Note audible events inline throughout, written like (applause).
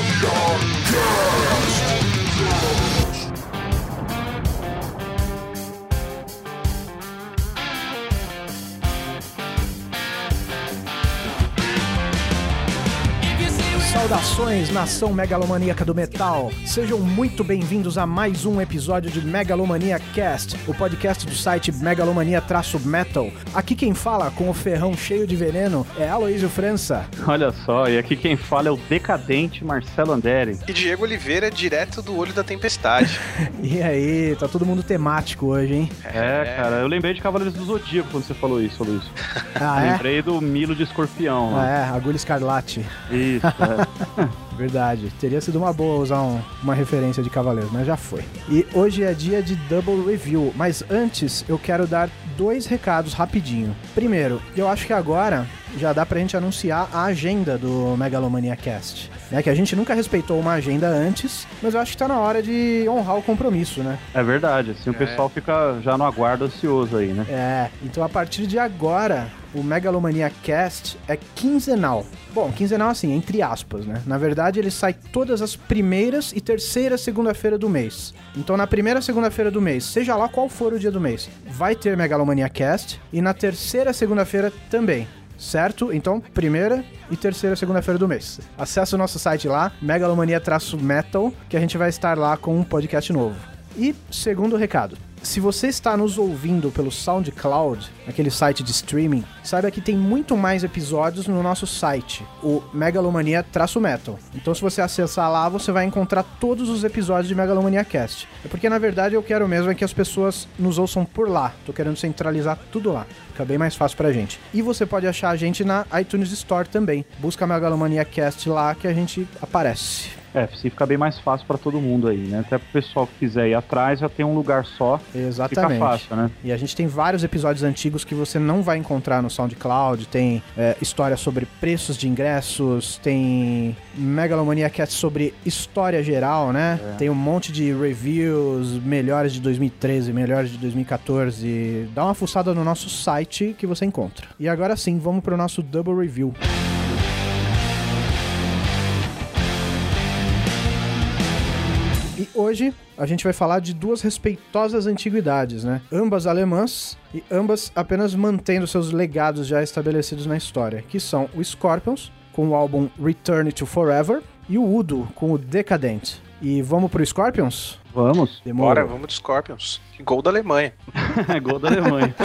Megalomaníaca Cast! Saudações, nação megalomaníaca do metal! Sejam muito bem-vindos a mais um episódio de Megalomania Cast, o podcast do site megalomania-metal. Aqui quem fala com o ferrão cheio de veneno é Aloysio França. Olha só, e aqui quem fala é o decadente Marcelo Anderi. E Diego Oliveira direto do olho (laughs) da tempestade. E aí, tá todo mundo temático hoje, hein? É, cara, eu lembrei de Cavaleiros do Zodíaco quando você falou isso, Luiz. Ah, é? Lembrei do Milo de Escorpião. Ah, lá. é, agulha escarlate. Isso, é. Verdade. Teria sido uma boa usar um- uma referência de Cavaleiros, mas já foi. E hoje é dia de Double Review, mas antes eu quero dar dois recados rapidinho. Primeiro, eu acho que agora já dá pra gente anunciar a agenda do Megalomania Cast. Né? Que a gente nunca respeitou uma agenda antes, mas eu acho que tá na hora de honrar o compromisso, né? É verdade, assim o pessoal fica já no aguardo ansioso aí, né? É, então a partir de agora, o Megalomania Cast é quinzenal. Bom, quinzenal assim, entre aspas, né? Na verdade, ele sai todas as primeiras e terceira segunda-feira do mês. Então, na primeira segunda-feira do mês, seja lá qual for o dia do mês, vai ter Megalomania Cast e na terceira segunda-feira também. Certo? Então, primeira e terceira segunda-feira do mês. Acesse o nosso site lá, megalomania-metal, que a gente vai estar lá com um podcast novo. E segundo recado, se você está nos ouvindo pelo SoundCloud, aquele site de streaming, saiba que tem muito mais episódios no nosso site, o megalomania-metal. Então se você acessar lá, você vai encontrar todos os episódios de Megalomania Cast. É porque na verdade eu quero mesmo é que as pessoas nos ouçam por lá. Tô querendo centralizar tudo lá. Fica bem mais fácil pra gente. E você pode achar a gente na iTunes Store também. Busca Megalomania Cast lá que a gente aparece. É, assim fica bem mais fácil pra todo mundo aí, né? Até pro pessoal que quiser ir atrás já tem um lugar só. Exatamente. Fica fácil, né? E a gente tem vários episódios antigos que você não vai encontrar no SoundCloud. Tem é, história sobre preços de ingressos, tem Megalomania Cast sobre história geral, né? Tem um monte de reviews, melhores de 2013, melhores de 2014. Dá uma fuçada no nosso site que você encontra. E agora sim, vamos pro nosso Double Review. E hoje a gente vai falar de duas respeitosas antiguidades, né? Ambas alemãs e ambas apenas mantendo seus legados já estabelecidos na história, que são o Scorpions com o álbum Return to Forever e o Udo com o Decadent. E vamos pro Scorpions? (laughs) Vamos? Bora, Demora. vamos de Scorpions. Gol da Alemanha. É Gol da Alemanha.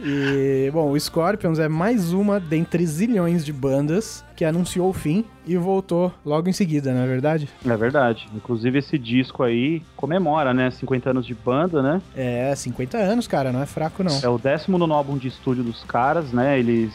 E, bom, o Scorpions é mais uma dentre zilhões de bandas que anunciou o fim e voltou logo em seguida, não é verdade? é verdade. Inclusive esse disco aí comemora, né? 50 anos de banda, né? É, 50 anos, cara, não é fraco não. É o 19 álbum de estúdio dos caras, né? Eles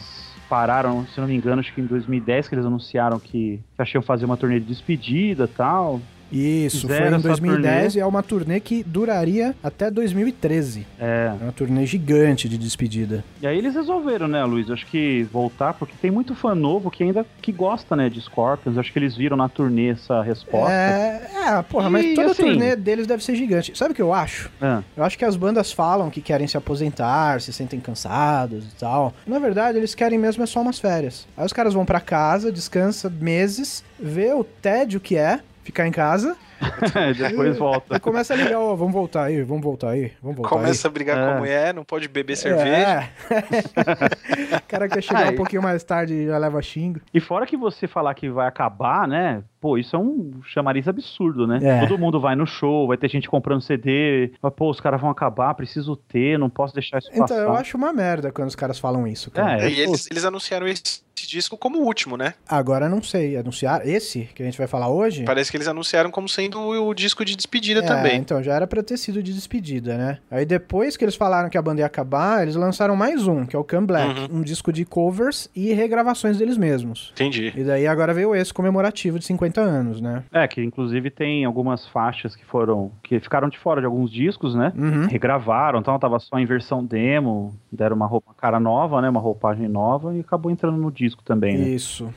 pararam, se eu não me engano, acho que em 2010 que eles anunciaram que, que achei fazer uma turnê de despedida e tal. Isso, foi em Fizeram essa 2010 turnê. e é uma turnê que duraria até 2013. É. É uma turnê gigante de despedida. E aí eles resolveram, né, Luiz? Acho que voltar, porque tem muito fã novo que ainda que gosta, né, de Scorpions. Acho que eles viram na turnê essa resposta. É, é, porra, mas E, toda assim- turnê deles deve ser gigante. Sabe o que eu acho? Ah, (laughs) Eu acho que as bandas falam que querem se aposentar, se sentem cansados e tal. Na verdade, eles querem mesmo é só umas férias. Aí os caras vão pra casa, descansa meses, vê o tédio que é ficar em casa e depois e volta. começa a ligar, ó, vamos voltar aí, vamos voltar aí, vamos voltar aí. Começa a brigar com É. a mulher, não pode beber cerveja. É. (laughs) o cara quer chegar Aí. um pouquinho mais tarde e já leva xingo. E fora que você falar que vai acabar, né? Pô, isso é um chamariz absurdo, né? É. Todo mundo vai no show, vai ter gente comprando CD. Mas, pô, os caras vão acabar, preciso ter, não posso deixar isso Então, passar. eu acho uma merda quando os caras falam isso, cara. É, e eles, eles anunciaram esse disco como o último, né? Agora não sei, anunciar esse que a gente vai falar hoje? Parece que eles anunciaram como sendo o, o disco de despedida É, também. Então, já era pra ter sido de despedida, né? Aí depois que eles falaram que a banda ia acabar, eles lançaram mais um, que é o Come Black, um disco de covers e regravações deles mesmos. Entendi. E daí agora veio esse comemorativo de 50 anos, né? É, que inclusive tem algumas faixas que foram. que ficaram de fora de alguns discos, né? Uhum. Regravaram, então tava só em versão demo, deram uma roupa, uma cara nova, né? Uma roupagem nova e acabou entrando no disco também, né? Isso.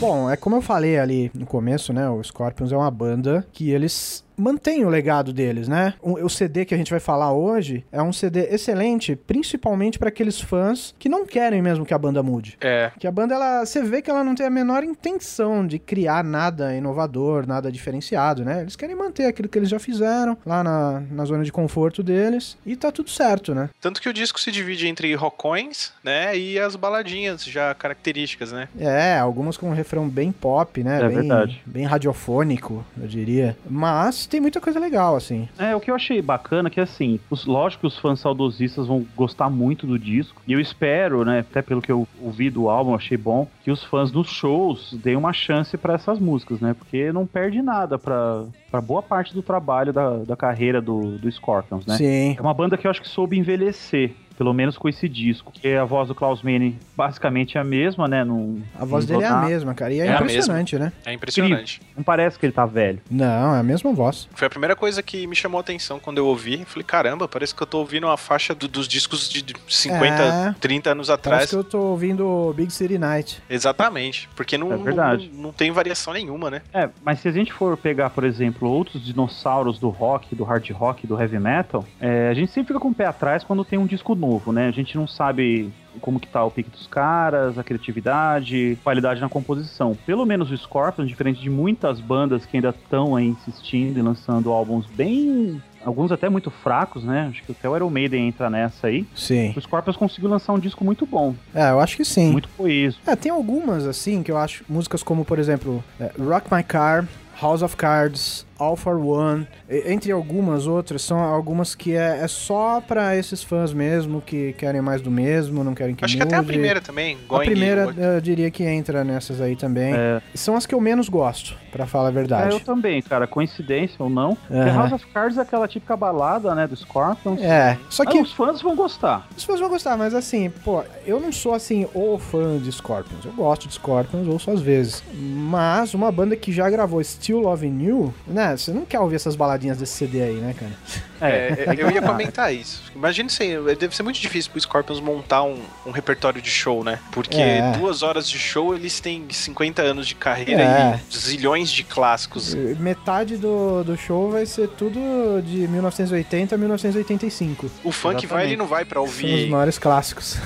Bom, é como eu falei ali no começo, né? O Scorpions é uma banda que eles mantém o legado deles, né? O, o CD que a gente vai falar hoje é um CD excelente, principalmente para aqueles fãs que não querem mesmo que a banda mude. É. Que a banda, ela, você vê que ela não tem a menor intenção de criar nada inovador, nada diferenciado, né? Eles querem manter aquilo que eles já fizeram lá na, na zona de conforto deles e tá tudo certo, né? Tanto que o disco se divide entre rockões, né? E as baladinhas já características, né? É, algumas com um refrão bem pop, né? É bem, verdade. Bem radiofônico, eu diria. Mas tem muita coisa legal, assim. É, o que eu achei bacana é que, assim, os, lógico que os fãs saudosistas vão gostar muito do disco. E eu espero, né, até pelo que eu ouvi do álbum, achei bom, que os fãs dos shows deem uma chance pra essas músicas, né? Porque não perde nada pra, pra boa parte do trabalho da, da carreira do, do Scorpions, né? Sim. É uma banda que eu acho que soube envelhecer. Pelo menos com esse disco. Que é a voz do Klaus Meine basicamente é a mesma, né? Não, A voz não dele é a dá- mesma, cara. E é, É a impressionante, né? É impressionante. Não parece que ele tá velho. Não, é a mesma voz. Foi a primeira coisa que me chamou a atenção quando eu ouvi. Falei, caramba, parece que eu tô ouvindo uma faixa do- dos discos de 50, É. 30 anos Parece atrás. que eu tô ouvindo Big City Night. Exatamente. Porque não, É verdade. não, não tem variação nenhuma, né? É, mas se a gente for pegar, por exemplo, outros dinossauros do rock, do hard rock, do heavy metal, é, a gente sempre fica com o pé atrás quando tem um disco novo, né? A gente não sabe como que tá o pique dos caras, a criatividade, qualidade na composição. Pelo menos o Scorpion, diferente de muitas bandas que ainda estão aí insistindo e lançando álbuns bem... Alguns até muito fracos, né? Acho que até o Iron Maiden entra nessa aí. Sim. O Scorpions conseguiu lançar um disco muito bom, É, eu acho que sim. muito coeso. É, tem algumas, assim, que eu acho. Músicas como, por exemplo, é, Rock My Car, House of Cards, All for One, e- entre algumas outras, são algumas que é, é só pra esses fãs mesmo que querem mais do mesmo, não querem que Acho que mude. até a primeira também. A Going primeira, Inward. eu diria que entra nessas aí também. São as que eu menos gosto, pra falar a É, verdade. eu também, cara. Coincidência ou não. Porque Aham. House of Cards é aquela típica balada, né, do Scorpions. É, só que Ah, os fãs vão gostar. os fãs vão gostar, mas assim, pô, eu não sou assim o fã de Scorpions. Eu gosto de Scorpions, ouço às vezes. Mas uma banda que já gravou Still Loving You, né? Você não quer ouvir essas baladinhas desse CD aí, né, cara? É, tem (laughs) que Ah. eu ia gostar. comentar isso. Imagina isso aí, é, deve ser muito difícil pro Scorpions montar um, um repertório de show, né? Porque É. duas horas de show, eles têm 50 anos de carreira É. e zilhões de clássicos. Metade do, do show vai ser tudo de 1980 a 1985. O fã que vai, ele não vai pra São os ouvir. maiores clássicos.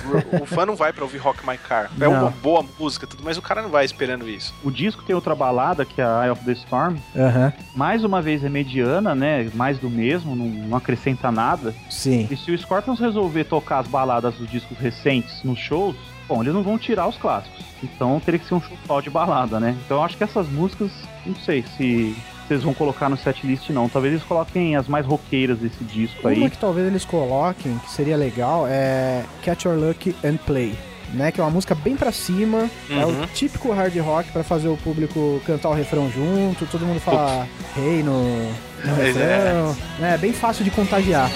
o fã não vai pra ouvir Rock My Car. É Não. uma boa música, tudo, mas o cara não vai esperando isso. (laughs) O disco tem outra balada, que é a Eye of the Storm. Aham. Mais uma vez é mediana, né? Mais do mesmo, não, não acrescenta nada. Sim. E se o Scorpions resolver tocar as baladas dos discos recentes nos shows, bom, eles não vão tirar os clássicos. Então teria que ser um show só de balada, né? Então eu acho que essas músicas, não sei se vocês vão colocar no setlist, não. Talvez eles coloquem as mais roqueiras desse disco aí. Uma que talvez eles coloquem, que seria legal, é Catch Your Luck and Play. Né, que é uma música bem pra cima, é o Uhum. típico hard rock pra fazer o público cantar o refrão junto, todo mundo falar rei no, no Pois refrão. né, É bem fácil de contagiar.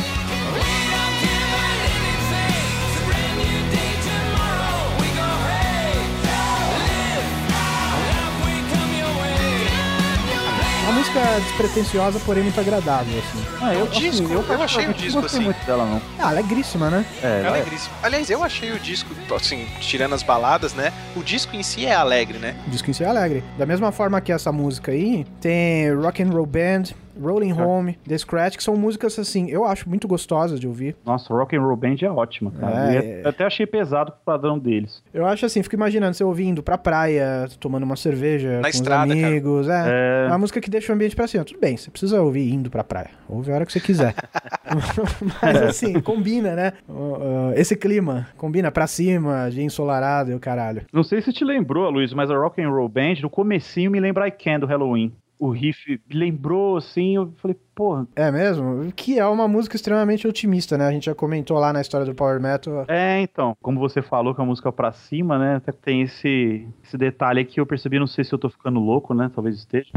Uma música despretensiosa, porém muito agradável, assim. Ah, eu, O disco, eu achei o particularmente, disco, não gostei assim. muito dela, não. É alegríssima, né? É, É ela é- alegríssimo. Aliás, eu achei o disco, assim, tirando as baladas, né? O disco em si é alegre, né? Disco em si é alegre. Da mesma forma que essa música aí, tem Rock and Roll Band, Rolling Tá. Home, The Scratch, que são músicas assim, eu acho muito gostosas de ouvir. Nossa, Rock and Roll Band é ótima, cara. É, Eu- é. eu até achei pesado pro padrão deles. Eu acho assim, fico imaginando você ouvindo pra praia, tomando uma cerveja Na com estrada, os cara. amigos, é. É, É uma música que deixa o ambiente pra cima. Tudo bem, você precisa ouvir indo pra praia. Ouve a hora que você (laughs) quiser. Mas assim, combina, né? Uh, uh, Esse clima combina pra cima, dia ensolarado e o caralho. não sei se te lembrou, Luiz, mas a Rock and Roll Band, no comecinho, me lembra I Can do Halloween. O riff me lembrou, assim, eu falei, porra, É mesmo? Que é uma música extremamente otimista, né? A gente já comentou lá na história do Power Metal. É, então, como você falou que é uma música pra cima, né? até Tem esse, esse detalhe aqui, eu percebi, não sei se eu tô ficando louco, né? Talvez esteja.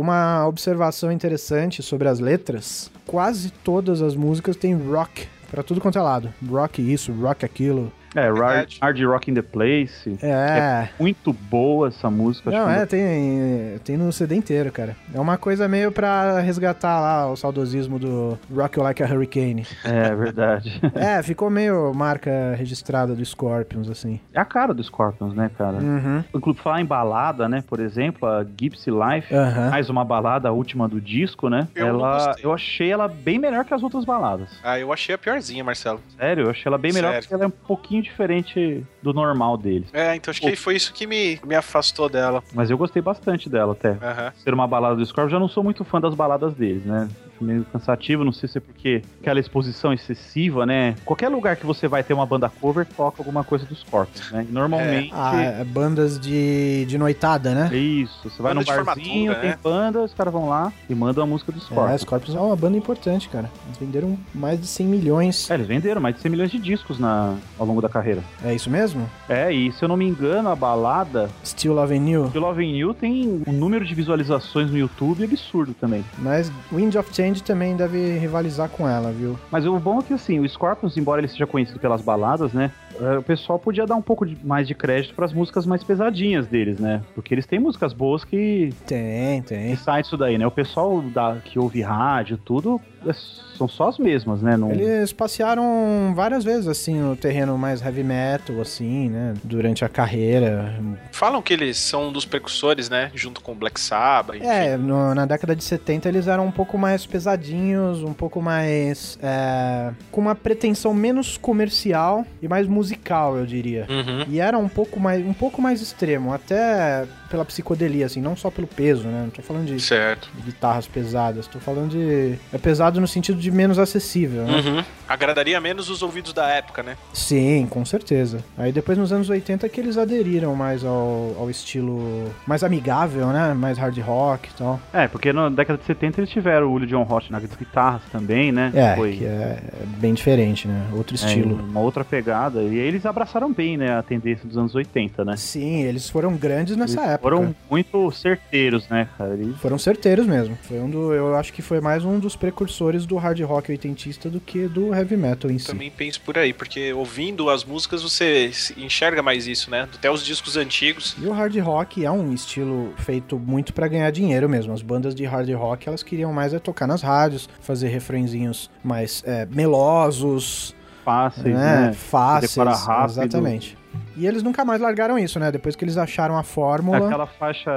Uma observação interessante sobre as letras: quase todas as músicas têm rock pra tudo quanto é lado. Rock isso, rock aquilo. É, Hard, Verdade. Hard Rock in the Place. É. Muito boa essa música. Não, acho que- é, tem, tem no CD inteiro, cara. É uma coisa meio pra resgatar lá o saudosismo do Rock You Like a (laughs) Hurricane. é verdade. é, ficou meio marca registrada do Scorpions, assim. É a cara do Scorpions, né, cara? Uhum. Inclusive, falar em balada, né? Por exemplo, a Gypsy Life. Aham. Mais uma balada, a última do disco, né? Eu não ela, gostei. eu achei ela bem melhor que as outras baladas. Ah, eu achei a piorzinha, Marcelo. Sério, eu achei ela bem melhor Sério. porque ela é um pouquinho diferente do normal deles. É, então acho que foi isso que me, me afastou dela. Mas eu gostei bastante dela até. Aham. Ser uma balada do Scorpions, eu já não sou muito fã das baladas deles, né? Acho meio cansativo, não sei se é porque aquela exposição excessiva, né? Qualquer lugar que você vai ter uma banda cover, toca alguma coisa dos Scorpions, né? E Normalmente. Ah, é, bandas de, de noitada, né? É Isso, você vai Banda num de formatura, barzinho, tem né? banda, os caras vão lá e mandam a música dos É, Scorpions. Scorpions é uma banda importante, cara. Eles venderam mais de 100 milhões. É, eles venderam mais de 100 milhões de discos na, ao longo da carreira. É isso mesmo? É, e se eu não me engano, a balada Still Loving You. de Love You tem um número de visualizações no YouTube absurdo também. Mas Wind of Change também deve rivalizar com ela, viu? Mas o bom é que, assim, o Scorpions, embora ele seja conhecido pelas baladas, né? eh, O pessoal podia dar um pouco de- mais de crédito pras músicas mais pesadinhas deles, né? Porque eles têm músicas boas que, Tem, tem. que saem disso daí, né? O pessoal da, que ouve rádio, tudo, é, são só as mesmas, né? Não... Eles passearam várias vezes, assim, no terreno mais heavy metal, assim, né? Durante a carreira. Falam que eles são um dos precursores, né? Junto com o Black Sabbath. enfim. É, no- na década de 70 eles eram um pouco mais pesadinhos, um pouco mais. é, com uma pretensão menos comercial e mais musical, eu diria. Uhum. E era um pouco mais, um pouco mais extremo, até pela psicodelia, assim, não só pelo peso, né? Não tô falando de Certo. guitarras pesadas, tô falando de. É pesado no sentido de menos acessível, Hum. né? Uhum. Agradaria menos os ouvidos da época, né? Sim, com certeza. Aí depois nos anos 80 que eles aderiram mais ao, ao estilo mais amigável, né? Mais hard rock e tal. É, porque na década de 70 eles tiveram o John Roth nas guitarras também, né? É, Foi. que é é bem diferente, né? Outro é, estilo. Uma outra pegada. E aí eles abraçaram bem, né? A tendência dos anos 80, né? Sim, eles foram grandes Eles nessa época. Foram muito certeiros, né, cara? Eles Foram certeiros mesmo. Foi um do, eu acho que foi mais um dos precursores do hard rock oitentista do que do heavy metal em si. Também penso por aí, porque ouvindo as músicas você se enxerga mais isso, né? Até os discos antigos. E o hard rock é um estilo feito muito pra ganhar dinheiro mesmo. As bandas de hard rock, elas queriam mais é tocar nas rádios, fazer refrõezinhos mais é, melosos, fáceis, né? né? Fáceis, Decora rápido. exatamente. E eles nunca mais largaram isso, né? Depois que eles acharam a fórmula, Aquela faixa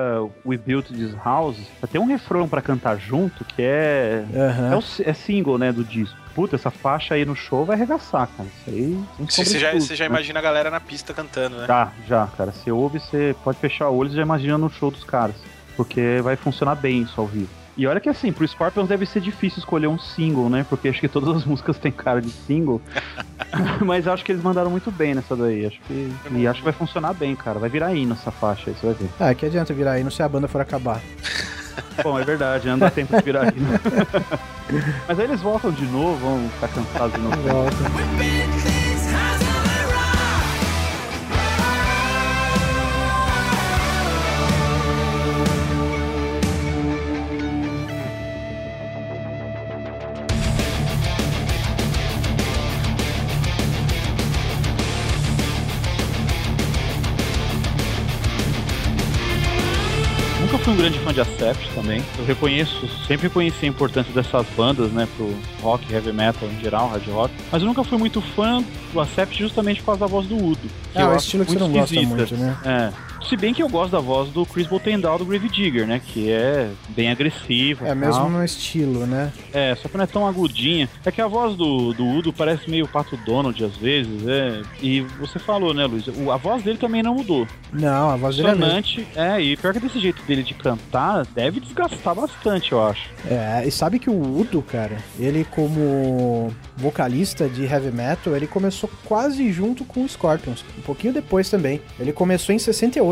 We Built This House, tem um refrão pra cantar junto que é. Aham. É, o si- é single, né, do disco. Puta, essa faixa aí no show vai arregaçar, cara. Isso aí. não Você, você sobra já, tudo, você já né? imagina a galera na pista cantando, né? Já, já, cara. Você ouve, você pode fechar o olho e já imagina no show dos caras. Porque vai funcionar bem isso ao vivo. E olha que assim, pro Scorpions deve ser difícil escolher um single, né? Porque acho que todas as (laughs) músicas têm cara de single. (laughs) Mas acho que eles mandaram muito bem nessa daí. Acho que, e acho que vai funcionar bem, cara. Vai virar hino essa faixa aí, você vai ver. Ah, que adianta virar aí, não se a banda for acabar. (laughs) Bom, é verdade, né? não dá tempo de virar hino. (laughs) Mas aí eles voltam de novo, vão ficar cansados de novo. É, Nunca fui um grande fã de Acept também. Eu reconheço, sempre reconheci a importância dessas bandas, né, pro rock, heavy metal em geral, hard rock. Mas eu nunca fui muito fã do Acept justamente por causa da voz do Udo. que É, eu um acho estilo que você não gosta esquisita. muito, né? É. Se bem que eu gosto da voz do Chris Botendal do Grave Digger, né? Que é bem agressiva. É e mesmo tal. no estilo, né? É, só que não é tão agudinha. É que a voz do, do Udo parece meio Pato Donald às vezes, é. E você falou, né, Luiz? O- A voz dele também não mudou Não, a voz dele é mesmo. impressionante. É, e pior que desse jeito dele de cantar, deve desgastar bastante, eu acho. É, e sabe que o Udo, cara, ele como vocalista de heavy metal, ele começou quase junto com o Scorpions, um pouquinho depois também. Ele começou em 68.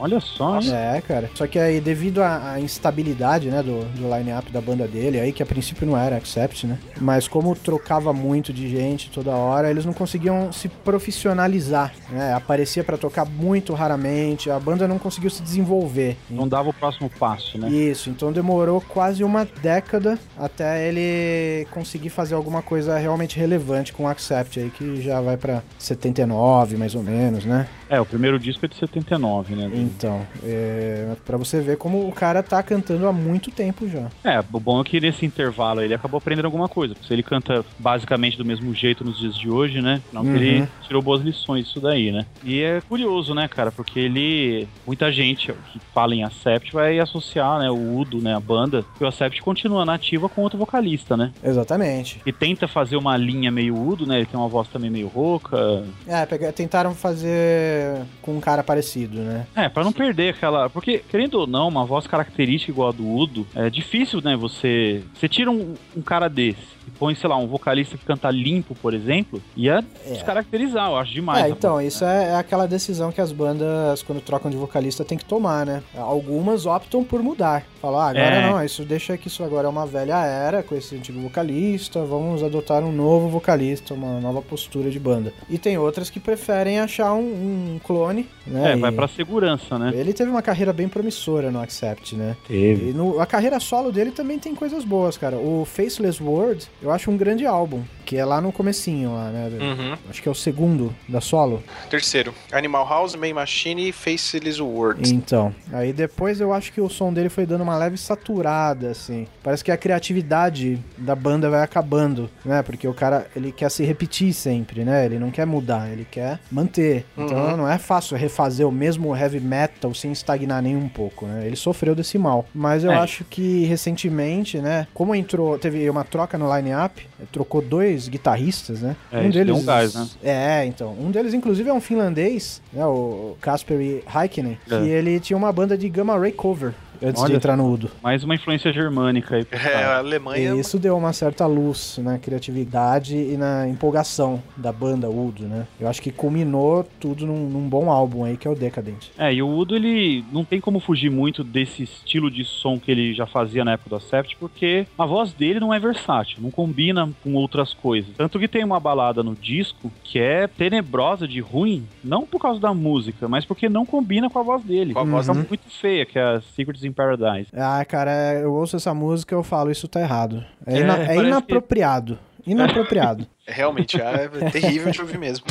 Olha só, hein? É, cara. Só que aí, devido à, à instabilidade, né, do, do line-up da banda dele, aí que a princípio não era Accept, né? Mas como trocava muito de gente toda hora, eles não conseguiam se profissionalizar, né? Aparecia pra tocar muito raramente, a banda não conseguiu se desenvolver. É, Não dava o próximo passo, né? Isso, então demorou quase uma década até ele conseguir fazer alguma coisa realmente relevante com o Accept aí, que já vai pra 79, mais ou menos, né? É, o primeiro disco é de 79, né? Então, é, pra você ver como o cara tá cantando há muito tempo já. É, o bom é que nesse intervalo ele acabou aprendendo alguma coisa. porque Se ele canta basicamente do mesmo jeito nos dias de hoje, né? Não que ele tirou boas lições disso daí, né? E é curioso, né, cara? Porque ele. Muita gente que fala em Acept vai associar, né, o Udo, né, a banda. E o Acept continua na ativa com outro vocalista, né? Exatamente. E tenta fazer uma linha meio Udo, né? Ele tem uma voz também meio rouca. É, pega- tentaram fazer com um cara parecido, né? É, pra não perder aquela. Porque, querendo ou não, uma voz característica igual a do Udo, é difícil, né? Você. Você tira um, um cara desse e põe, sei lá, um vocalista que canta limpo, por exemplo, ia descaracterizar, eu acho demais. é, a então, voz, né? isso é, é aquela decisão que as bandas, quando trocam de vocalista, tem que tomar, né? Algumas optam por mudar. Falar, ah, agora É. não, isso deixa que isso agora é uma velha era com esse antigo vocalista, vamos adotar um novo vocalista, uma nova postura de banda. E tem outras que preferem achar um, um clone, né? É, E vai pra segurança, né? Ele teve uma carreira bem promissora no Accept, né? Teve. E no- a carreira solo dele também tem coisas boas, cara. O Faceless World, eu acho um grande álbum, que é lá no comecinho, lá, né? Hum. Uhum. Acho que é o segundo da solo. Terceiro, Animal House, Main Machine e Faceless Words. Então, aí depois eu acho que o som dele foi dando uma leve saturada, assim. Parece que a criatividade da banda vai acabando, né? Porque o cara, ele quer se repetir sempre, né? Ele não quer mudar, ele quer manter. Então Uhum. não é fácil refazer o mesmo heavy metal sem estagnar nem um pouco, né? Ele sofreu desse mal. Mas eu É. acho que recentemente, né? Como entrou, teve uma troca no line-up, trocou dois guitarristas, né? É, isso deu um gás, né? É, então. Um deles, inclusive, é um finlandês, né? O Kasper Heikkinen, É. que ele tinha uma banda de Gamma Ray Cover antes de Olha entrar no Udo. Mais uma influência germânica aí. pro É, cara. a Alemanha. E isso deu uma certa luz na criatividade e na empolgação da banda Udo, né? Eu acho que culminou tudo num, num bom álbum aí, que é o Decadent. É, e o Udo, ele não tem como fugir muito desse estilo de som que ele já fazia na época do Acept, porque a voz dele não é versátil, não combina com outras coisas. Tanto que tem uma balada no disco que é tenebrosa de ruim, não por causa da música, mas porque não combina com a voz dele. Com a voz Tá muito feia, que é a Secrets in Paradise. Ah, cara, eu ouço essa música e eu falo, isso tá errado. É, É, ina- é parece que- (laughs) inapropriado. Inapropriado. Realmente, é terrível de ouvir mesmo.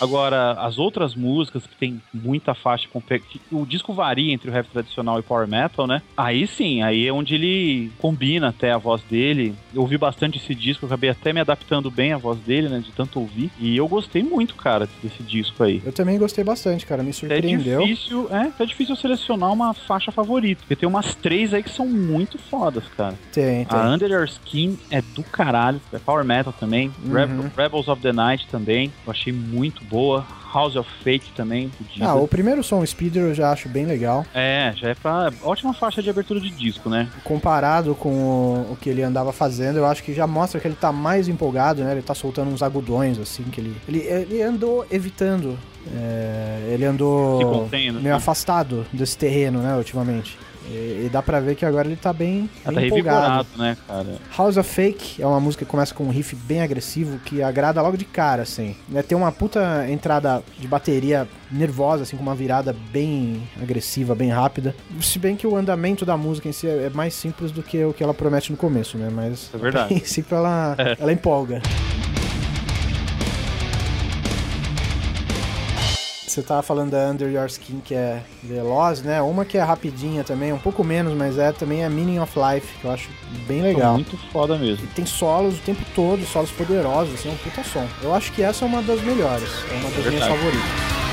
Agora, as outras músicas que tem muita faixa com pe- que o disco varia entre o rap tradicional e power metal, né? Aí sim, aí é onde ele combina até a voz dele. Eu ouvi bastante esse disco, eu acabei até me adaptando bem à voz dele, né, de tanto ouvir. E eu gostei muito, cara, desse disco aí. eu também gostei bastante, cara. Me É surpreendeu. difícil, é, é difícil selecionar uma faixa favorita, porque tem umas três aí que são muito fodas, cara. Tem, tem. A Under Your Skin é do caralho. É Power Metal também. Uhum. Rebel- Rebels of the Night também. Eu achei muito boa. House of Fate também. Podia. Ah, o primeiro som, Speeder, eu já acho bem legal. É, já é pra. Ótima faixa de abertura de disco, né? Comparado com o, o que ele andava fazendo, eu acho que já mostra que ele tá mais empolgado, né? Ele tá soltando uns agudões, assim, que ele. Ele, ele andou evitando. é, ele Se andou contendo. né? Tá meio afastado desse terreno, né, ultimamente. E, e dá pra ver que agora ele tá bem, Ela bem tá empolgado. revigorado, né, cara? House of Fake é uma música que começa com um riff bem agressivo que agrada logo de cara, assim. Né, Tem uma puta entrada de bateria nervosa, assim, com uma virada bem agressiva, bem rápida. Se bem que o andamento da música em si é é mais simples do que o que ela promete no começo, né? Mas É (laughs) verdade. É. em princípio (laughs) ela, ela empolga. Você tava falando da Under Your Skin, que é veloz, né? Uma que é rapidinha também, um pouco menos, mas é também a Meaning of Life, que eu acho bem legal. Muito foda mesmo. E tem solos o tempo todo, solos poderosos, assim, é um puta som. Eu acho que essa é uma das melhores, é uma das minhas verdade. favoritas.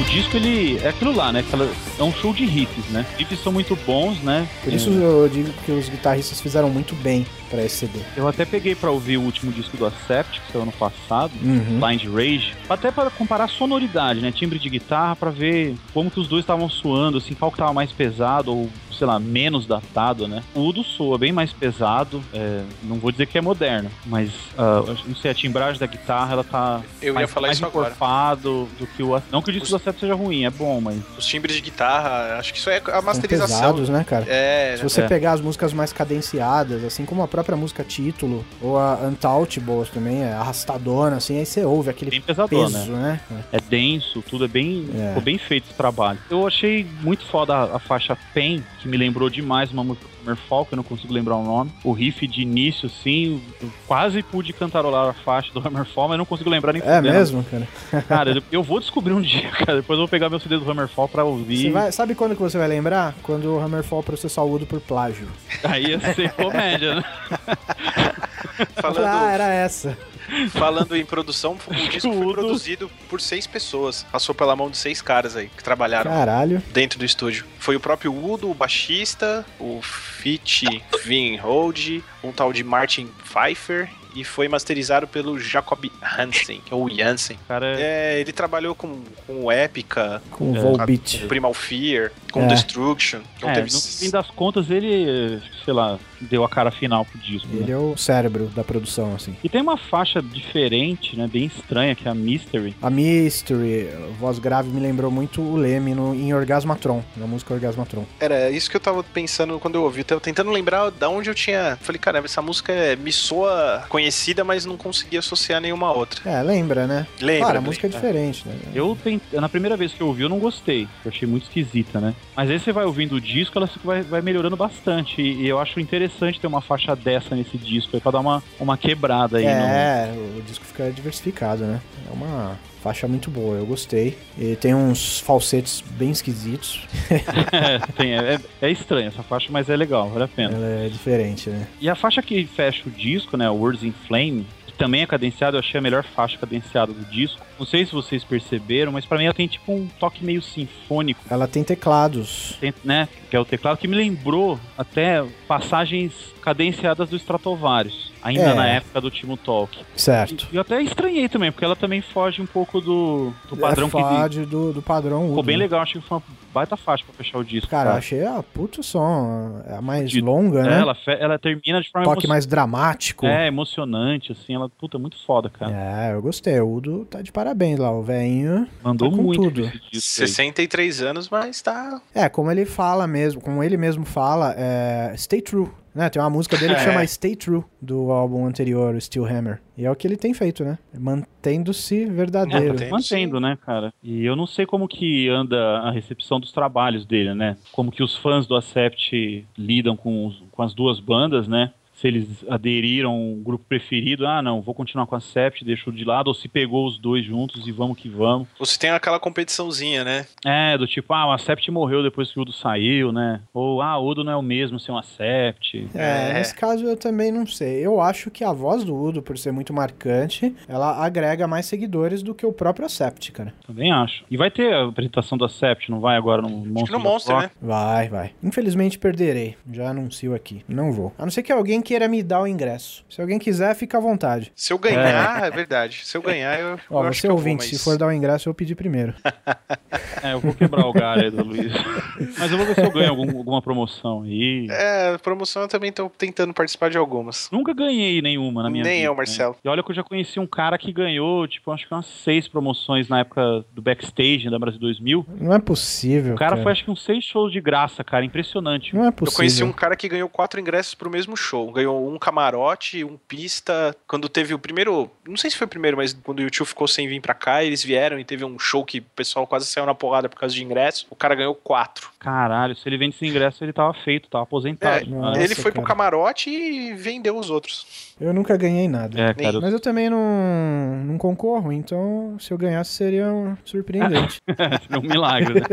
O disco, ele é aquilo lá, né? Aquela- é um show de riffs, né? Riffs são muito bons, né? Por É, isso eu digo que os guitarristas fizeram muito bem pra esse CD. É, Eu até peguei pra ouvir o último disco do Acept, que saiu ano passado, Hum? Uhum. Blind Rage, até pra comparar sonoridade, né, timbre de guitarra, pra ver como que os dois estavam suando, assim, qual que tava mais pesado ou, sei lá, menos datado, né? O do soa bem mais pesado, é, não vou dizer que é moderno, mas ah, não sei, a timbragem da guitarra, ela tá Eu ia mais, falar mais isso agora. encorpado do que o Ac- não que o disco Os- do Acept seja ruim, é bom, mas Os timbres de guitarra, acho que isso é a São masterização. pesados, né, cara? É, Se você É. pegar as músicas mais cadenciadas, assim como a própria música título, ou a Untouchables também, é arrastadona, assim, aí você ouve aquele bem pesador, né? peso, né? É denso, tudo é bem. É. Ficou bem feito esse trabalho. Eu achei muito foda a, a faixa Pen, que me lembrou demais uma música do Merfall, que eu não consigo lembrar o nome. O riff de início, sim, eu quase pude cantarolar a faixa do Hammerfall, mas não consigo lembrar nem É fudendo. mesmo, cara? (laughs) Cara, eu- eu vou descobrir um (laughs) dia, cara. Depois eu vou pegar meu CD do Hammerfall pra Você ouvir. vai- sabe quando que você vai lembrar? Quando o Hammerfall processar o Udo por plágio. Aí ia ser comédia, né? (laughs) Ah, né? falando, era essa. falando em produção, o disco foi Tudo. produzido por seis pessoas. Passou pela mão de seis caras aí que trabalharam Caralho. dentro do estúdio. Foi o próprio Udo, o baixista, o Fit Vin Hold, um tal de Martin Pfeiffer. E foi masterizado pelo Jacob Hansen, ou Jansen. Cara, É, ele trabalhou com, com o Epica, Com o É. Volbeat. Primal Fear, com É. Destruction. Então é, teve no fim das contas, ele, sei lá, deu a cara final pro disco. né? Ele é o cérebro da produção, assim. E tem uma faixa diferente, né? Bem estranha, que é a Mystery. A Mystery, a voz grave, me lembrou muito o Leme no, em Orgasmatron, na música Orgasmatron. Era isso que eu tava pensando quando eu ouvi. Eu tava tentando lembrar da onde eu tinha. Falei, caramba, essa música é- me soa conhecida, mas não conseguia associar nenhuma outra. É, lembra, né? Lembra? Cara, a né? música é diferente, né? Eu tentei, na primeira vez que eu ouvi, eu não gostei. Eu achei muito esquisita, né? Mas aí você vai ouvindo o disco, ela se- vai, vai melhorando bastante. E, e eu acho interessante ter uma faixa dessa nesse disco aí pra dar uma, uma quebrada aí. no- (laughs) É, o disco fica diversificado, né? É uma faixa muito boa, eu gostei. E tem uns falsetes bem esquisitos. É, tem- é, é estranha essa faixa, mas é legal, vale a pena. Ela é diferente, né? E a faixa que fecha o disco, né? Words in Flame. que Também é cadenciada, eu achei a melhor faixa cadenciada do disco. Não sei se vocês perceberam, mas pra mim ela tem tipo um toque meio sinfônico. Ela tem teclados. tem- né, que é o teclado, que me lembrou até passagens cadenciadas do Stratovarius, ainda É. na época do Timo Talk. Certo. E eu até estranhei também, porque ela também foge um pouco do, do padrão é que vi. fade do, do padrão Ficou Udo. bem legal, achei que foi uma baita faixa pra fechar o disco. Cara, eu achei a puta som. É a mais De- longa, É, né? ela, fe- ela termina de forma Toque emo- mais dramático. é, emocionante, assim, ela, puta, muito foda, cara. Tá. É, eu gostei. O Udo tá de parabéns lá, o velhinho. Mandou Tá com muito tudo. esse disco aí. 63 anos, mas tá. É, como ele fala mesmo, como ele mesmo fala, é Stay True, né? Tem uma música dele que (laughs) É. chama Stay True, do álbum anterior, Steel Hammer. E é o que ele tem feito, né? Mantendo-se verdadeiro. Mantendo. Mantendo, né, cara? E eu não sei como que anda a recepção dos trabalhos dele, né? Como que os fãs do Acept lidam com, os- com as duas bandas, né? Se eles aderiram o grupo preferido, ah, não, vou continuar com a Acept, deixo de lado, ou se pegou os dois juntos e vamos que vamos. Ou se tem aquela competiçãozinha, né? É, do tipo, ah, o Acept morreu depois que o Udo saiu, né? Ou, ah, o Udo não é o mesmo sem o Acept. É, É. nesse caso eu também não sei. Eu acho que a voz do Udo, por ser muito marcante, ela agrega mais seguidores do que o próprio né? Acept, cara. Também acho. E vai ter a apresentação do Acept, não vai agora no Monster? Acho que no da Monster, Rock? né? Vai, vai. Infelizmente perderei. Já anuncio aqui. Não vou. A não ser que alguém queira me dar o ingresso. Se alguém quiser, fica à vontade. Se eu ganhar, é, verdade. Se eu ganhar, eu. Ó, eu acho você que eu ouvinte, vou, mas... se for dar o ingresso, eu pedi primeiro. É, eu vou quebrar o galho aí do Luiz. Mas eu vou ver se eu ganho algum- alguma promoção aí. É, promoção eu também tô tentando participar de algumas. Nunca ganhei nenhuma na minha Nem vida. eu, né? Marcelo. E olha que eu já conheci um cara que ganhou, tipo, acho que umas seis promoções na época do backstage da Brasil 2000. Não é possível. O cara foi, acho que, uns seis shows de graça, cara. Impressionante. Não é Eu conheci um possível. cara que ganhou quatro ingressos pro mesmo show. Ganhou um camarote, um pista. Quando teve o primeiro. Não sei se foi o primeiro, mas quando o YouTube ficou sem vir pra cá, eles vieram e teve um show que o pessoal quase saiu na porrada por causa de ingresso. O cara ganhou quatro. Caralho, se ele vende esse ingresso, ele tava feito, tava aposentado. É, Né? Nossa, Ele foi pro cara. camarote e vendeu os outros. Eu nunca ganhei nada. É, cara. Mas eu também não, não concorro, então se eu ganhasse seria um (laughs) surpreendente. (laughs) É um milagre, né?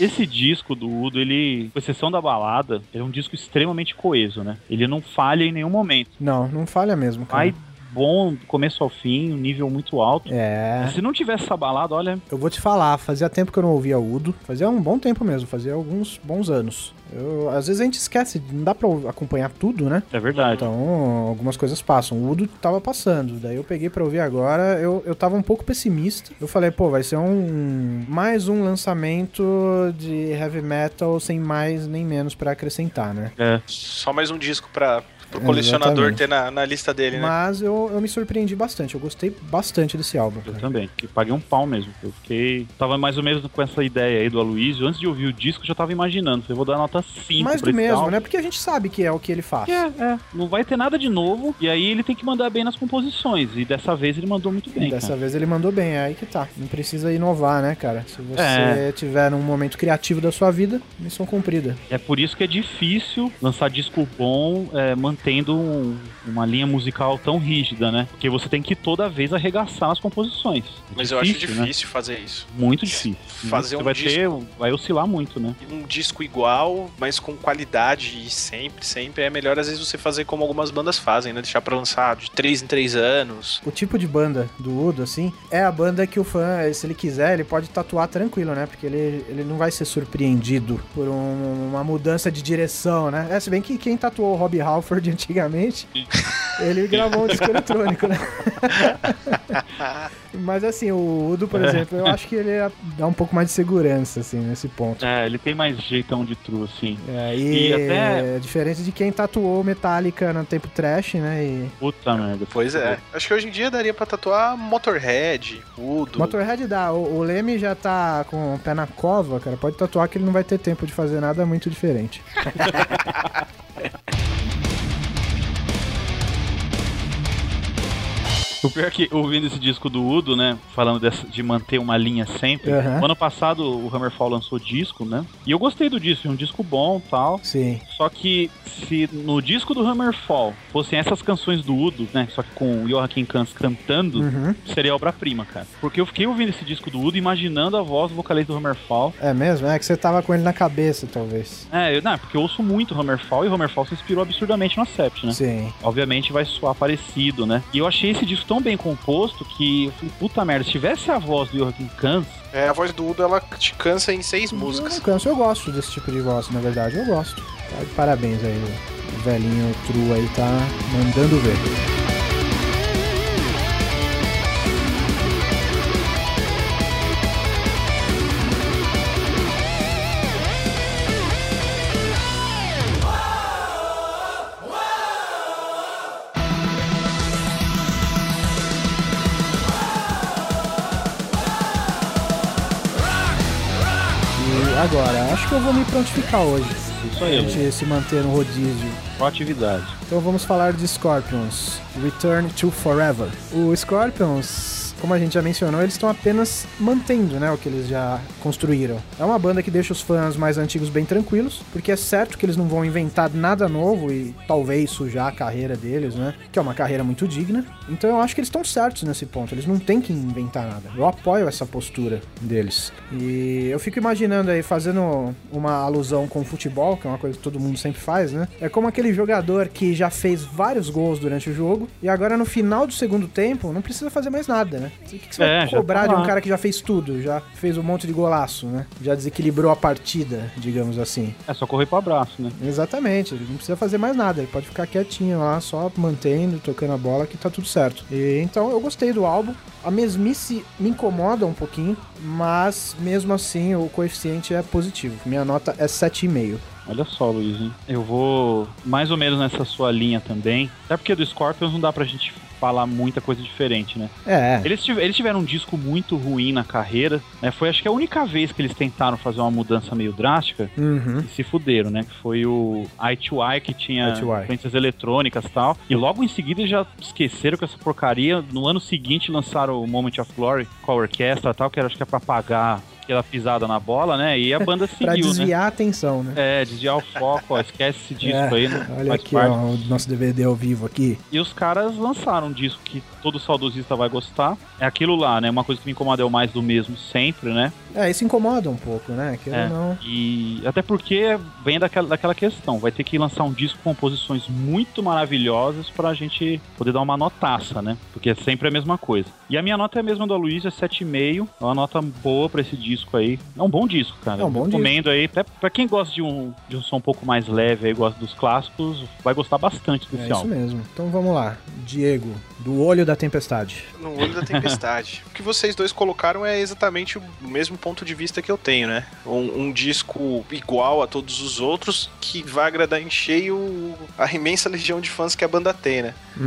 Esse disco do Udo, ele, com exceção da balada, ele é um disco extremamente coeso, né? Ele não falha em nenhum momento. não, não falha mesmo, cara. Vai bom do começo ao fim, um nível muito alto. É. Se não tivesse essa balada, olha, Eu vou te falar, fazia tempo que eu não ouvia Udo. Fazia um bom tempo mesmo, fazia alguns bons anos. Eu- às vezes a gente esquece, não dá pra acompanhar tudo, né? é verdade. Então, algumas coisas passam. O Udo tava passando, daí eu peguei pra ouvir agora. Eu, eu tava um pouco pessimista. Eu falei, pô, vai ser um. Mais um lançamento de heavy metal sem mais nem menos pra acrescentar, né? É. Só mais um disco para pro colecionador Exatamente. ter na, na lista dele, né? Mas eu, eu me surpreendi bastante. Eu gostei bastante desse álbum. Eu cara. também. Eu paguei um pau mesmo. Eu fiquei. Tava mais ou menos com essa ideia aí do Aloysio. Antes de ouvir o disco, eu já tava imaginando. Falei, vou dar nota 5. Mais pra do esse mesmo, álbum. né? Porque a gente sabe que é o que ele faz. É, é. Não vai ter nada de novo. E aí ele tem que mandar bem nas composições. E dessa vez ele mandou muito bem. Dessa cara. vez ele mandou bem, é aí que tá. Não precisa inovar, né, cara? Se você É. tiver num momento criativo da sua vida, missão cumprida. É por isso que é difícil lançar disco bom é, mantendo um- uma linha musical tão rígida, né? Porque você tem que toda vez arregaçar as composições. É Mas eu acho né? difícil fazer isso. Muito difícil. você Fazer um vai disco- ter, vai oscilar muito, né? Um disco igual, mas com qualidade e sempre, sempre é melhor às vezes você fazer como algumas bandas fazem, né? Deixar pra lançar de 3 em 3 anos. O tipo de banda do Udo, assim, é a banda que o fã, se ele quiser, ele pode tatuar tranquilo, né? Porque ele, ele não vai ser surpreendido por um- uma mudança de direção, né? É, se bem que quem tatuou o Rob Halford (laughs) antigamente, ele gravou um disco eletrônico, né? (laughs) Mas assim, o Udo, É. por exemplo, eu acho que ele dá um pouco mais de segurança, assim, nesse ponto. É, ele tem mais jeitão de true, assim. É, e, E até- é diferente de quem tatuou Metallica no tempo trash, né? E Puta merda. Pois é. Acho que hoje em dia daria pra tatuar Motorhead, Udo. Motorhead dá, o, o Leme já tá com o pé na cova, cara. Pode tatuar que ele não vai ter tempo de fazer nada muito diferente. O pior é que, ouvindo esse disco do Udo, né? Falando dessa- de manter uma linha sempre. Aham. O Ano passado o Hammerfall lançou disco, né? E eu gostei do disco, é um disco bom tal. Sim. Só que se no disco do Hammerfall fossem essas canções do Udo, né? Só que com o Joaquim Kans cantando, Uhum. seria obra-prima, cara. Porque eu fiquei ouvindo esse disco do Udo imaginando a voz do vocalista do Hammerfall. É mesmo? É que você tava com ele na cabeça, talvez. É, eu, não, porque eu ouço muito Hammerfall e o Hammerfall se inspirou absurdamente no Acept, né? Sim. obviamente vai soar parecido, né? E eu achei esse disco tão bem composto que eu falei, puta merda, se tivesse a voz do Joaquim Kans, É, a voz do Udo ela te cansa em seis músicas. Eu, canso, eu gosto desse tipo de voz, na verdade. Eu gosto. Tá de Parabéns aí, o velhinho true aí tá mandando ver. E agora, acho que eu vou me prontificar hoje. isso Pra aí, Luiz, gente se manter no rodízio. proatividade. Então vamos falar de Scorpions, Return to Forever. O Scorpions, como a gente já mencionou, eles estão apenas mantendo, né, o que eles já construíram. É uma banda que deixa os fãs mais antigos bem tranquilos, porque é certo que eles não vão inventar nada novo e talvez sujar a carreira deles, né, que é uma carreira muito digna. Então eu acho que eles estão certos nesse ponto, eles não têm que inventar nada. Eu apoio essa postura deles. E eu fico imaginando aí, fazendo uma alusão com o futebol, que é uma coisa que todo mundo sempre faz, né? É como aquele jogador que já fez vários gols durante o jogo e agora no final do segundo tempo não precisa fazer mais nada, né? O que, que você É, vai já tá cobrar de um lá. cara que já fez tudo, já fez um monte de golaço, né? Já desequilibrou a partida, digamos assim. É só correr pro abraço, né? Exatamente, ele não precisa fazer mais nada, ele pode ficar quietinho lá, só mantendo, tocando a bola, que tá tudo certo. E, então eu gostei do álbum, a mesmice me incomoda um pouquinho, mas mesmo assim o coeficiente é positivo. Minha nota é 7,5. Olha só, Luiz, hein? Eu vou mais ou menos nessa sua linha também. Até porque do Scorpions não dá pra gente falar muita coisa diferente, né? É, Eles, tive- eles tiveram um disco muito ruim na carreira, né? Foi acho que a única vez que eles tentaram fazer uma mudança meio drástica, uhum. e se fuderam, né? Que foi o I2I que tinha I2I. influências eletrônicas e tal. E logo em seguida já esqueceram com essa porcaria. No ano seguinte lançaram o Moment of Glory com a orquestra e tal, que era acho que é pra pagar aquela pisada na bola, né? E (laughs) a banda Pra seguiu, né? desviar a atenção, né? É, desviar o foco, ó, esquece disso aí, não É, Olha É, faz aqui, parte. ó, o nosso DVD ao vivo aqui. E os caras lançaram um disco que todo saudosista vai gostar. É aquilo lá, né? Uma coisa que me incomoda é o mais do mesmo sempre, né? É, isso incomoda um pouco, né? Que É. não. E até porque vem daquela, daquela questão, vai ter que lançar um disco com composições muito maravilhosas pra gente poder dar uma notaça, né? Porque é sempre a mesma coisa. E a minha nota é a mesma da Luísa, é 7,5. É uma nota boa pra esse disco aí. É um bom disco, cara. É um bom Eu Recomendo aí. Até pra quem gosta de um, de um som um pouco mais leve aí, gosta dos clássicos, vai gostar bastante É desse isso álbum. mesmo. Então vamos lá. Diego, do olho da tempestade. No olho da tempestade. o que vocês dois colocaram é exatamente o mesmo ponto de vista que eu tenho, né? Um, um disco igual a todos os outros que vai agradar em cheio a imensa legião de fãs que a banda tem, né? (laughs)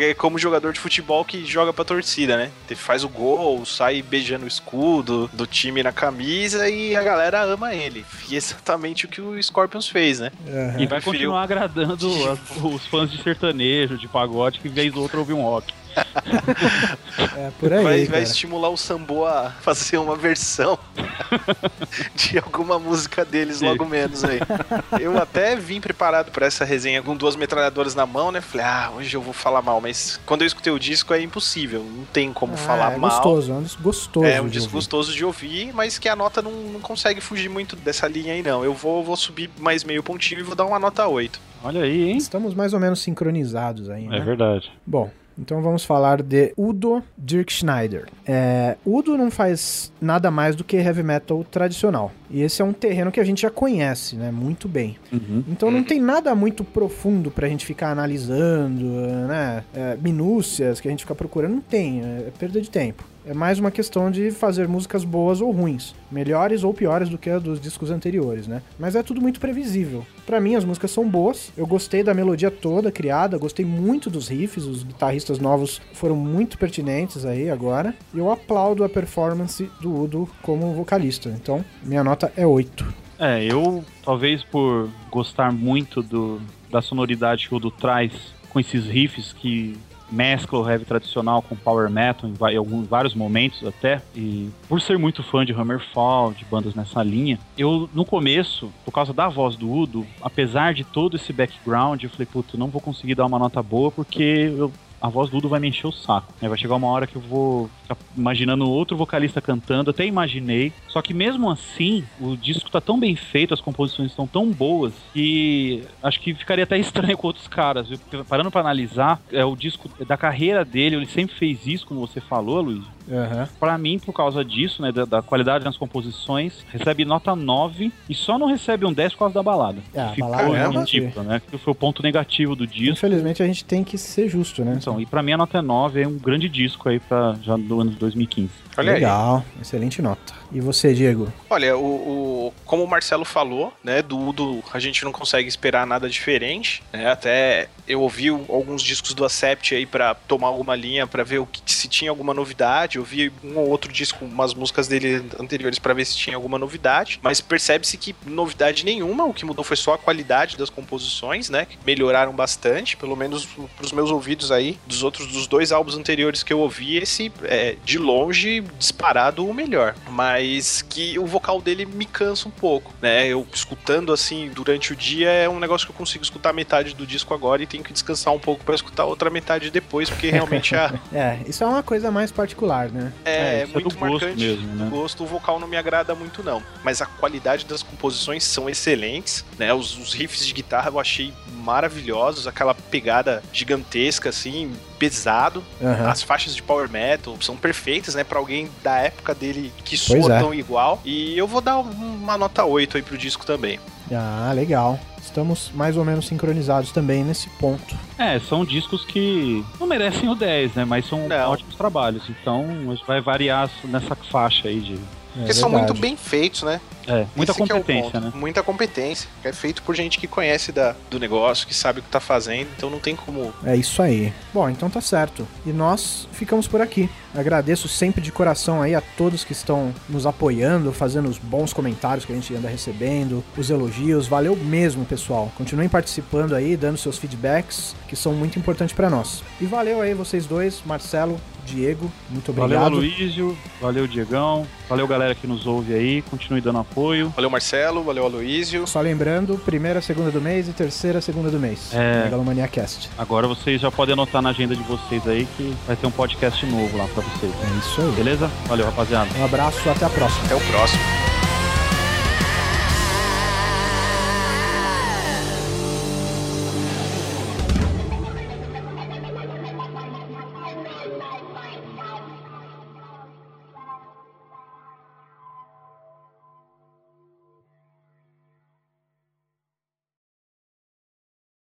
É como jogador de futebol que joga pra torcida, né? Ele faz o gol, sai beijando o escudo do time na camisa e a galera ama ele. E é exatamente o que o Scorpions fez, né? Aham. (laughs) E vai Preferiu- continuar agradando as- os fãs de sertanejo, de pagode, que vez ou outra ouvir um rock. É por aí. vai, vai cara. estimular o Samboa a fazer uma versão (laughs) de alguma música deles Sim. logo menos aí. Eu até vim preparado pra essa resenha com duas metralhadoras na mão, né? Falei, ah, hoje eu vou falar mal, mas quando eu escutei o disco é impossível, não tem como Ah, falar é mal. gostoso, é um disco gostoso. É um de disco ouvir. gostoso de ouvir, mas que a nota não, não consegue fugir muito dessa linha aí, não. Eu vou, vou subir mais meio pontinho e vou dar uma nota 8. Olha aí, hein? Estamos mais ou menos sincronizados aí, né? É verdade. Bom, então vamos falar de Udo Dirk Schneider. É, Udo não faz nada mais do que heavy metal tradicional. E esse é um terreno que a gente já conhece, né? Muito bem. Então não tem nada muito profundo pra gente ficar analisando, né? É, minúcias que a gente fica procurando, não tem. É, é perda de tempo. É mais uma questão de fazer músicas boas ou ruins, melhores ou piores do que a dos discos anteriores, né? Mas é tudo muito previsível. Pra mim as músicas são boas. Eu gostei da melodia toda criada, gostei muito dos riffs, os guitarristas novos foram muito pertinentes aí agora. E eu aplaudo a performance do Udo como vocalista. Então, minha nota é 8. É, eu talvez por gostar muito do, da sonoridade que o Udo traz com esses riffs que mescla o heavy tradicional com power metal em, va- em algum- vários momentos até e por ser muito fã de Hammerfall, de bandas nessa linha, eu no começo, por causa da voz do Udo, apesar de todo esse background, eu falei, puto, não vou conseguir dar uma nota boa porque eu a voz do Udo vai me encher o saco. né? Vai chegar uma hora que eu vou ficar imaginando outro vocalista cantando, até imaginei. Só que mesmo assim, o disco tá tão bem feito, as composições estão tão boas, que acho que ficaria até estranho (laughs) com outros caras. viu? Porque Parando pra analisar, é o disco da carreira dele, ele sempre fez isso, como você falou, Luiz. Aham. Pra mim, por causa disso, né, da, da qualidade nas composições, recebe nota 9 e só não recebe um 10 por causa da balada. É, a Que ficou balada é uma ridícula, né? Que foi o ponto negativo do disco. Infelizmente a gente tem que ser justo, né? Então, e pra mim a nota é 9, é um grande disco aí pra, já do ano de 2015. Olha aí. Legal, excelente nota. E você, Diego? Olha, o, o- como o Marcelo falou, né, do Udo a gente não consegue esperar nada diferente, né, até eu ouvi o- alguns discos do Acept aí pra tomar alguma linha, pra ver o que, se tinha alguma novidade, eu vi um ou outro disco, umas músicas dele anteriores pra ver se tinha alguma novidade, mas percebe-se que novidade nenhuma, o que mudou foi só a qualidade das composições, né, que melhoraram bastante, pelo menos pros meus ouvidos aí, dos outros, dos dois álbuns anteriores que eu ouvi, esse é, de longe disparado o melhor, mas que o vocal dele me cansa um pouco, né? Eu escutando assim durante o dia é um negócio que eu consigo escutar metade do disco agora e tenho que descansar um pouco pra escutar a outra metade depois, porque realmente (laughs) a- É, isso é uma coisa mais particular, né? é, isso muito do gosto marcante. mesmo, O né? gosto, o vocal não me agrada muito, não. Mas a qualidade das composições são excelentes, né? Os, os riffs de guitarra eu achei maravilhosos, aquela pegada gigantesca, assim, pesado. Aham. As faixas de power metal são perfeitas, né? Pra alguém da época dele que Pois soa é. tão igual. E eu vou dar um, uma nota 8 aí pro disco também. Ah, legal. Estamos mais ou menos sincronizados também nesse ponto. É, são discos que não merecem o 10, né? Mas são Não. ótimos trabalhos. Então, a gente vai variar nessa faixa aí de. É Porque são muito verdade. bem feitos, né? É, muita Esse que é o competência, ponto. né? Muita competência. É feito por gente que conhece da, do negócio, que sabe o que tá fazendo, então não tem como. É isso aí. Bom, então tá certo. E nós ficamos por aqui. Agradeço sempre de coração aí a todos que estão nos apoiando, fazendo os bons comentários que a gente anda recebendo, os elogios. Valeu mesmo, pessoal. Continuem participando aí, dando seus feedbacks, que são muito importantes pra nós. E valeu aí vocês dois, Marcelo, Diego. Muito obrigado. Valeu, Aloysio. Valeu, Diegão. Valeu, galera que nos ouve aí. Continue dando apoio. Valeu, Marcelo, valeu, Aloísio. Só lembrando, primeira segunda do mês e terceira segunda do mês. É. Megalomania Cast. Agora vocês já podem anotar na agenda de vocês aí que vai ter um podcast novo lá pra vocês. É isso aí. Beleza? Valeu, rapaziada. Um abraço, até a próxima. Até o próximo.